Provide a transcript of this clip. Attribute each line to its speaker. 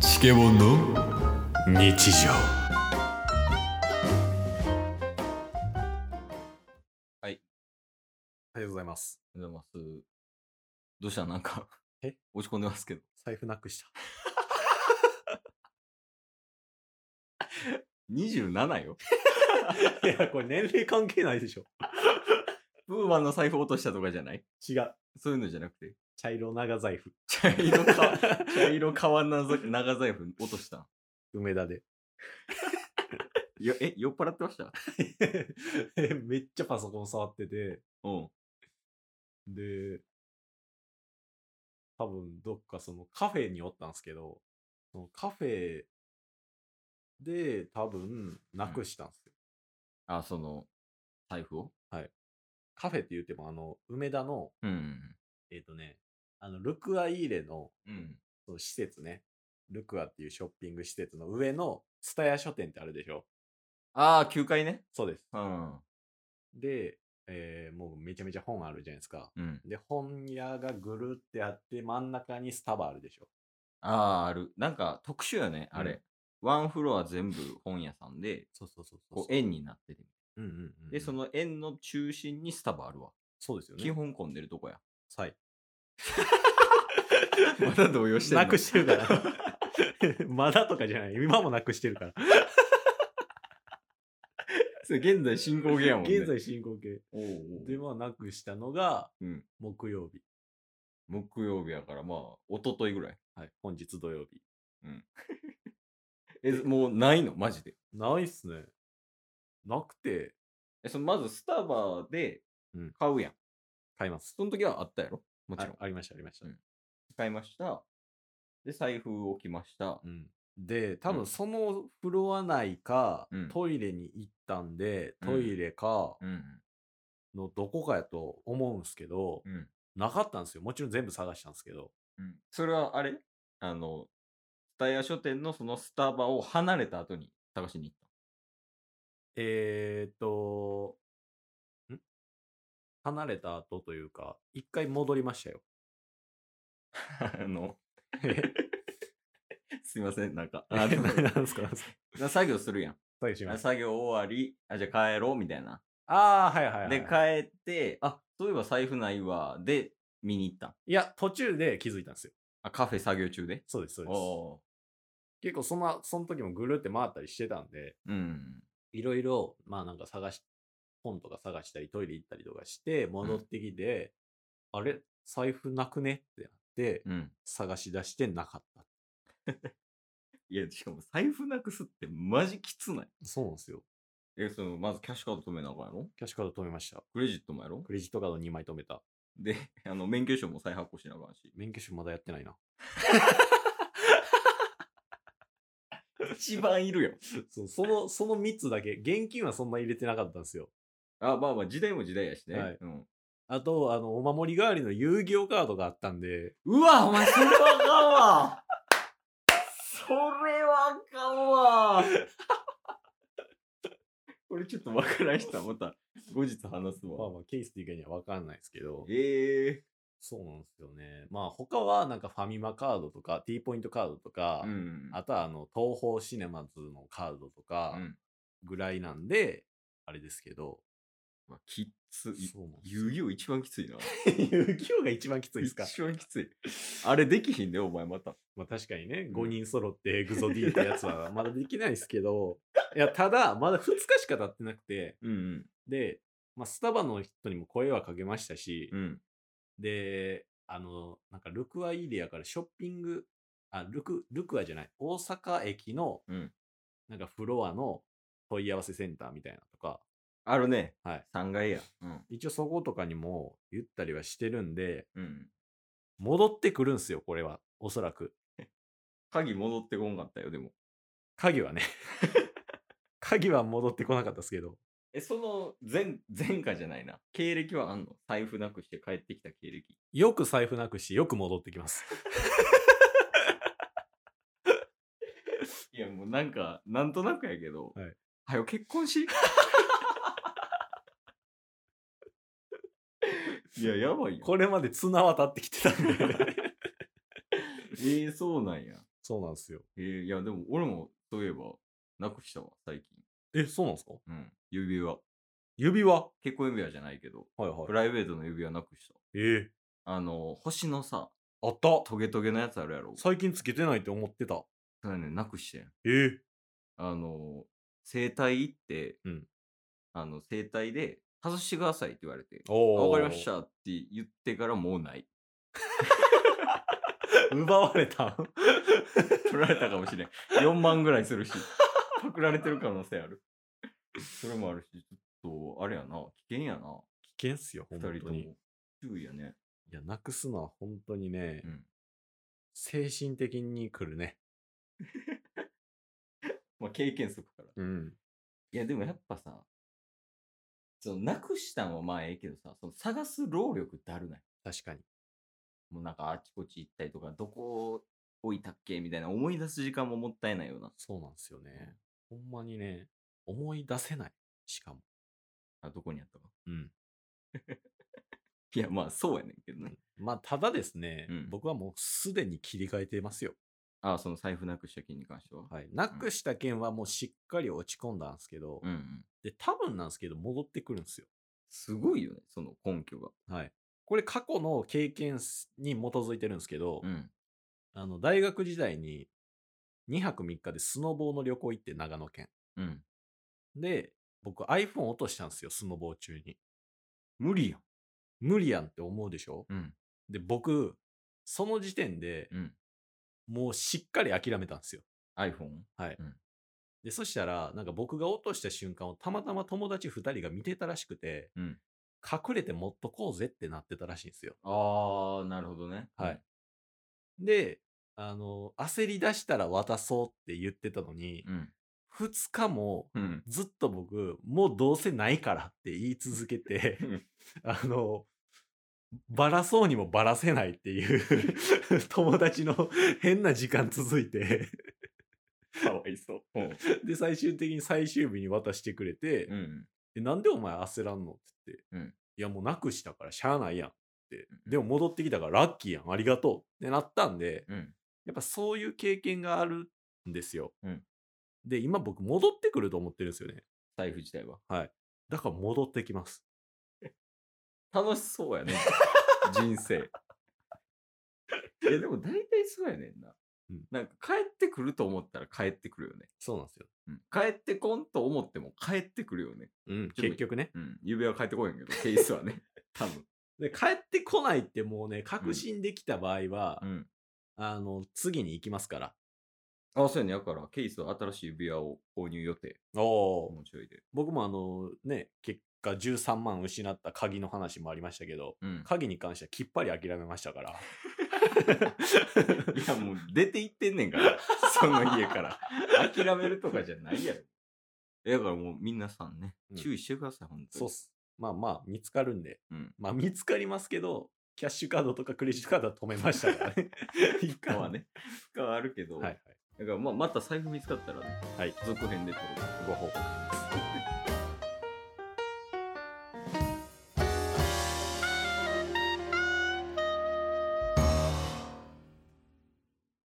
Speaker 1: シケボンの日常
Speaker 2: ありがとうございます。
Speaker 3: ありがとうございます。どうした なんか、
Speaker 2: え
Speaker 3: 落ち込んでますけど。
Speaker 2: 財布なくした。
Speaker 3: 27よ。
Speaker 2: いや、これ年齢関係ないでしょ。
Speaker 3: プーマンの財布落としたとかじゃない
Speaker 2: 違う。
Speaker 3: そういうのじゃなくて。
Speaker 2: 茶色長財布。
Speaker 3: 茶色か、茶色革なぞ 長財布落としたん。
Speaker 2: 梅田で。
Speaker 3: よえ、酔っ払ってました
Speaker 2: めっちゃパソコン触ってて、
Speaker 3: うん。
Speaker 2: で、多分どっかそのカフェにおったんですけど、そのカフェで多分なくしたんですよ。
Speaker 3: あ、その、財布を
Speaker 2: カフェって言ってもあの、梅田の、
Speaker 3: うん。
Speaker 2: えっ、とね、あの、ルクアイーレの
Speaker 3: うん。
Speaker 2: その施設ね、ルクアっていうショッピング施設の上のツタヤ書店ってあるでしょ
Speaker 3: ああ、9階ね。
Speaker 2: そうです。
Speaker 3: うん。
Speaker 2: で、えーもうめちゃめちゃ本あるじゃないですか。
Speaker 3: うん。
Speaker 2: で、本屋がぐるってあって、真ん中にスタバあるでしょ。
Speaker 3: ああ、ある。なんか特殊よね、あれ。ワンフロア全部本屋さんで、
Speaker 2: そうそうそう
Speaker 3: こう円になってて。
Speaker 2: うんうんうんうん
Speaker 3: で、そ、の円の中心にスタバあるわ。
Speaker 2: そうですよね。
Speaker 3: 基本混んでるとこや。
Speaker 2: はい。
Speaker 3: まだ動揺してんの
Speaker 2: なくしてるから。 まだとかじゃない。今もなくしてるから。
Speaker 3: それ現在進行形やもんね。
Speaker 2: 現在進行形。
Speaker 3: おうおう
Speaker 2: で、まあ、なくしたのが
Speaker 3: うん、
Speaker 2: 木曜日。
Speaker 3: 木曜日やから、まあ、一昨日ぐらい。
Speaker 2: はい。本日土曜日。
Speaker 3: え、もうないのマジで。
Speaker 2: ないっすね。なくて、
Speaker 3: え、そのまずスタバで
Speaker 2: うん
Speaker 3: 買うやん。
Speaker 2: 買います。
Speaker 3: その時はあったやろもちろん
Speaker 2: あ。ありました、ありました。
Speaker 3: うん買いました。で、財布置きました。
Speaker 2: うんで、多
Speaker 3: う
Speaker 2: 分
Speaker 3: ん
Speaker 2: そのフロア内か、
Speaker 3: うん
Speaker 2: トイレに行ったんで、
Speaker 3: うん
Speaker 2: トイレか
Speaker 3: うん。
Speaker 2: のどこかやと思うんすけど、
Speaker 3: うん。
Speaker 2: なかったんですよ。もちろん全部探したんですけど。
Speaker 3: うん。それはあれあの、スタヤ書店のそのスタバを離れた後に探しに行っ
Speaker 2: えー、っと、ん離れた後というか、一回戻りましたよ。
Speaker 3: た。 あの、
Speaker 2: え
Speaker 3: すいません、なんか。
Speaker 2: な
Speaker 3: あ でも
Speaker 2: なんすかなんすか
Speaker 3: な作業するやん。
Speaker 2: 作業し
Speaker 3: あ
Speaker 2: ます。
Speaker 3: 作業終わり、あ、じゃあ帰ろう、みたいな。
Speaker 2: ああ、はいはいはい。
Speaker 3: で、帰って、あ、そういえば財布ないわ。で、見に行ったん。
Speaker 2: いや、途中で気づいたんですよ。
Speaker 3: あ、カフェ作業中で。
Speaker 2: そうです、そうです。
Speaker 3: お
Speaker 2: 結構その、その時もぐるって回ったりしてたんで、
Speaker 3: ーうん。
Speaker 2: いろいろ、まあなんか探し、本とか探したり、トイレ行ったりとかして、戻ってきて、あれ財布なくねってなって、
Speaker 3: うん。
Speaker 2: 探し出してなかった。
Speaker 3: いや、しかも財布なくすってマジきつない。
Speaker 2: そうなんですよ。
Speaker 3: え、その、まずキャッシュカード止めなあかんやろ
Speaker 2: キャッシュカード止めました。
Speaker 3: クレジットもやろ
Speaker 2: クレジットカード2枚止めた。
Speaker 3: で、 あの、免許証も再発行しなあかんし。
Speaker 2: 免許証まだやってないな。
Speaker 3: 一番いるよ。
Speaker 2: そうその、その3つだけ、現金はそんな入れてなかったんですよ。
Speaker 3: あ、まあまあ、時代も時代やしね。
Speaker 2: はい
Speaker 3: うん、
Speaker 2: あと、あの、お守り代わりの遊戯王カードがあったんで、
Speaker 3: うわ、お前、それはあかんわ。 それはあかんわ。 これちょっとわからん人はまた後日話す
Speaker 2: まあ
Speaker 3: わ。
Speaker 2: まあ、ケースというかには分かんないですけど、
Speaker 3: ええ
Speaker 2: そうなんですよね。まあ、他はなんかファミマカードとか、T ポイントカードとか、
Speaker 3: うん。
Speaker 2: あとはあの東宝シネマズのカードとか
Speaker 3: うん
Speaker 2: ぐらいなんで、あれですけど。
Speaker 3: うわきっつい。
Speaker 2: そう なんですよ
Speaker 3: 遊戯王一番きついな。
Speaker 2: 遊戯王が一番きついですか。
Speaker 3: 一番きつい。あれできひんで、お前また。
Speaker 2: まあ確かにね、5人揃ってエグゾ D ってやつはまだできないですけど、いや、ただ、まだ2日しか経ってなくて、
Speaker 3: うん
Speaker 2: で、まあ、スタバの人にも声はかけましたし、
Speaker 3: うん。うん。
Speaker 2: で、あの、なんかルクアイデアからショッピング、あ、ルク、ルクアじゃない、大阪駅の、
Speaker 3: うん
Speaker 2: なんかフロアの問い合わせセンターみたいなとか、
Speaker 3: あるね。
Speaker 2: はい。
Speaker 3: 3階や。うん。
Speaker 2: 一応そことかにも言ったりはしてるんで、
Speaker 3: うん。
Speaker 2: 戻ってくるんすよ、これは。おそらく。
Speaker 3: 鍵戻ってこんかったよ、でも。
Speaker 2: 鍵はね。 鍵は戻ってこなかったですけど。
Speaker 3: え、その前、 前科じゃないな。経歴はあんの財布なくして帰ってきた経歴。
Speaker 2: よく財布なくし、よく戻ってき ます。
Speaker 3: いや、もうなんか、なんとなくやけど、
Speaker 2: はい。
Speaker 3: はよ、結婚 し。いや、やばいよ。
Speaker 2: これまで綱渡ってきてたんで。
Speaker 3: ええそうなんや。
Speaker 2: そうなんですよ。
Speaker 3: えーいや、でも俺も、そういえば、なくしたわ、最近。
Speaker 2: え、そうなんですか
Speaker 3: うん。指輪。
Speaker 2: 指輪は
Speaker 3: 結婚指輪じゃないけど、
Speaker 2: いは
Speaker 3: プ
Speaker 2: い。
Speaker 3: ライベートの指輪なくした。
Speaker 2: えー
Speaker 3: あの、星のさ、
Speaker 2: あった
Speaker 3: トゲトゲのやつあるやろ。
Speaker 2: 最近つけてないって思ってた。
Speaker 3: それね、なくしてん。
Speaker 2: えー
Speaker 3: あの、整体行って、
Speaker 2: うん
Speaker 3: あの、整体で、外してくださいって言われて、あ
Speaker 2: おー
Speaker 3: わかりまし。たって言ってからもうない。
Speaker 2: 奪われた。
Speaker 3: 取られたかもしれん。4万ぐらいするし、パクられてる可能性ある。それもあるし、ちょっと、あれやな、危険やな、
Speaker 2: 危険っすよ、本
Speaker 3: 2人と
Speaker 2: 当
Speaker 3: も
Speaker 2: に。い。
Speaker 3: 注意やね。
Speaker 2: や、なくすのは本当にね、
Speaker 3: うん。
Speaker 2: 精神的に来るね。
Speaker 3: まあ、経験則から。
Speaker 2: うん。
Speaker 3: いや、でもやっぱさ、その、なくしたんはまあええけどさ、その探す労力だるない。
Speaker 2: 確かに。
Speaker 3: もうなんかあちこち行ったりとか、どこ置いたっけみたいな思い出す時間ももったいないよな。
Speaker 2: そうなんですよね。ほんまにね、思い出せない。しかも。
Speaker 3: あ、どこにあったか。
Speaker 2: うん。
Speaker 3: いや、まあそうやねんけどね。
Speaker 2: まあ、ただですね、
Speaker 3: うん
Speaker 2: 僕はもうすでに切り替えてますよ。
Speaker 3: あ、その財布なくした件に関しては。
Speaker 2: はい。なくした件はもうしっかり落ち込んだんですけど、
Speaker 3: うんうん。
Speaker 2: で、多分なんですけど、戻ってくるんですよ。
Speaker 3: すごいよね、その根拠が。
Speaker 2: はい。これ過去の経験に基づいてるんですけど、
Speaker 3: うん。
Speaker 2: あの、大学時代に2泊3日でスノボーの旅行行って長野県。
Speaker 3: うん。
Speaker 2: で、僕 iPhone 落としたんですよ、スノボー中に。
Speaker 3: 無理やん。
Speaker 2: 無理やんって思うでしょ
Speaker 3: うん。
Speaker 2: で、僕、その時点で
Speaker 3: うん。
Speaker 2: もうしっかり諦めたんですよ。
Speaker 3: iPhone?
Speaker 2: はい。
Speaker 3: うん
Speaker 2: で、そしたら、なんか僕が落とした瞬間をたまたま友達2人が見てたらしくて、
Speaker 3: うん
Speaker 2: 隠れて持っとこうぜってなってたらしいんですよ。
Speaker 3: あー、なるほどね。
Speaker 2: はい。で、あの、焦り出したら渡そうって言ってたのに、
Speaker 3: うん。
Speaker 2: 2日も
Speaker 3: うん。
Speaker 2: ずっと僕、もうどうせないからって言い続けて
Speaker 3: うん、
Speaker 2: あの、バラそうにもバラせないっ ていう友達の変な時間続いて、
Speaker 3: かわいそう。
Speaker 2: で、最終的に最終日に渡してくれて、
Speaker 3: うん。
Speaker 2: でなんでお前焦らんのってって、
Speaker 3: うん
Speaker 2: いやもうなくしたからしゃあないやんって、
Speaker 3: うん
Speaker 2: でも戻ってきたからラッキーやんありがとうってなったんで
Speaker 3: うん。
Speaker 2: やっぱそういう経験があるんですよ、
Speaker 3: うん
Speaker 2: で今僕戻ってくると思ってるんですよね
Speaker 3: 財布自体は。
Speaker 2: だから戻ってきます
Speaker 3: 楽しそうや ね。人生。いや、でも大体そうやねんな。
Speaker 2: うん
Speaker 3: なんか帰ってくると思ったら帰ってくるよね。
Speaker 2: そうなんですよ
Speaker 3: うん、帰ってこんと思っても帰ってくるよね。
Speaker 2: うん、
Speaker 3: ちょっと
Speaker 2: 結局ね
Speaker 3: うん。指輪は帰ってこいんやけど、ケースは ね。多分。
Speaker 2: で帰ってこないってもうね確信できた場合は、
Speaker 3: ん。
Speaker 2: あの次に行きますから
Speaker 3: あ、そうやね。だから、ケースは新しい指輪を購入予定。
Speaker 2: お
Speaker 3: もうちょいで。
Speaker 2: 僕もあのね結果13万失った鍵の話もありましたけど
Speaker 3: うん。
Speaker 2: 鍵に関してはきっぱり諦めましたから
Speaker 3: いやもう出て行ってんねんから、 その家から。諦めるとかじゃないやろ。だからもう皆さんね、
Speaker 2: うん
Speaker 3: 注意してください、本当
Speaker 2: そう
Speaker 3: に
Speaker 2: っ。すまあまあ見つかるんで、
Speaker 3: うん
Speaker 2: まあ見つかりますけどキャッシュカードとかクレジットカードは止めましたから ね一
Speaker 3: 負荷はね、 負荷はあるけど、
Speaker 2: はいはい
Speaker 3: だからまあまた財布見つかったらね、
Speaker 2: はい
Speaker 3: 続編で撮る。
Speaker 2: ご報告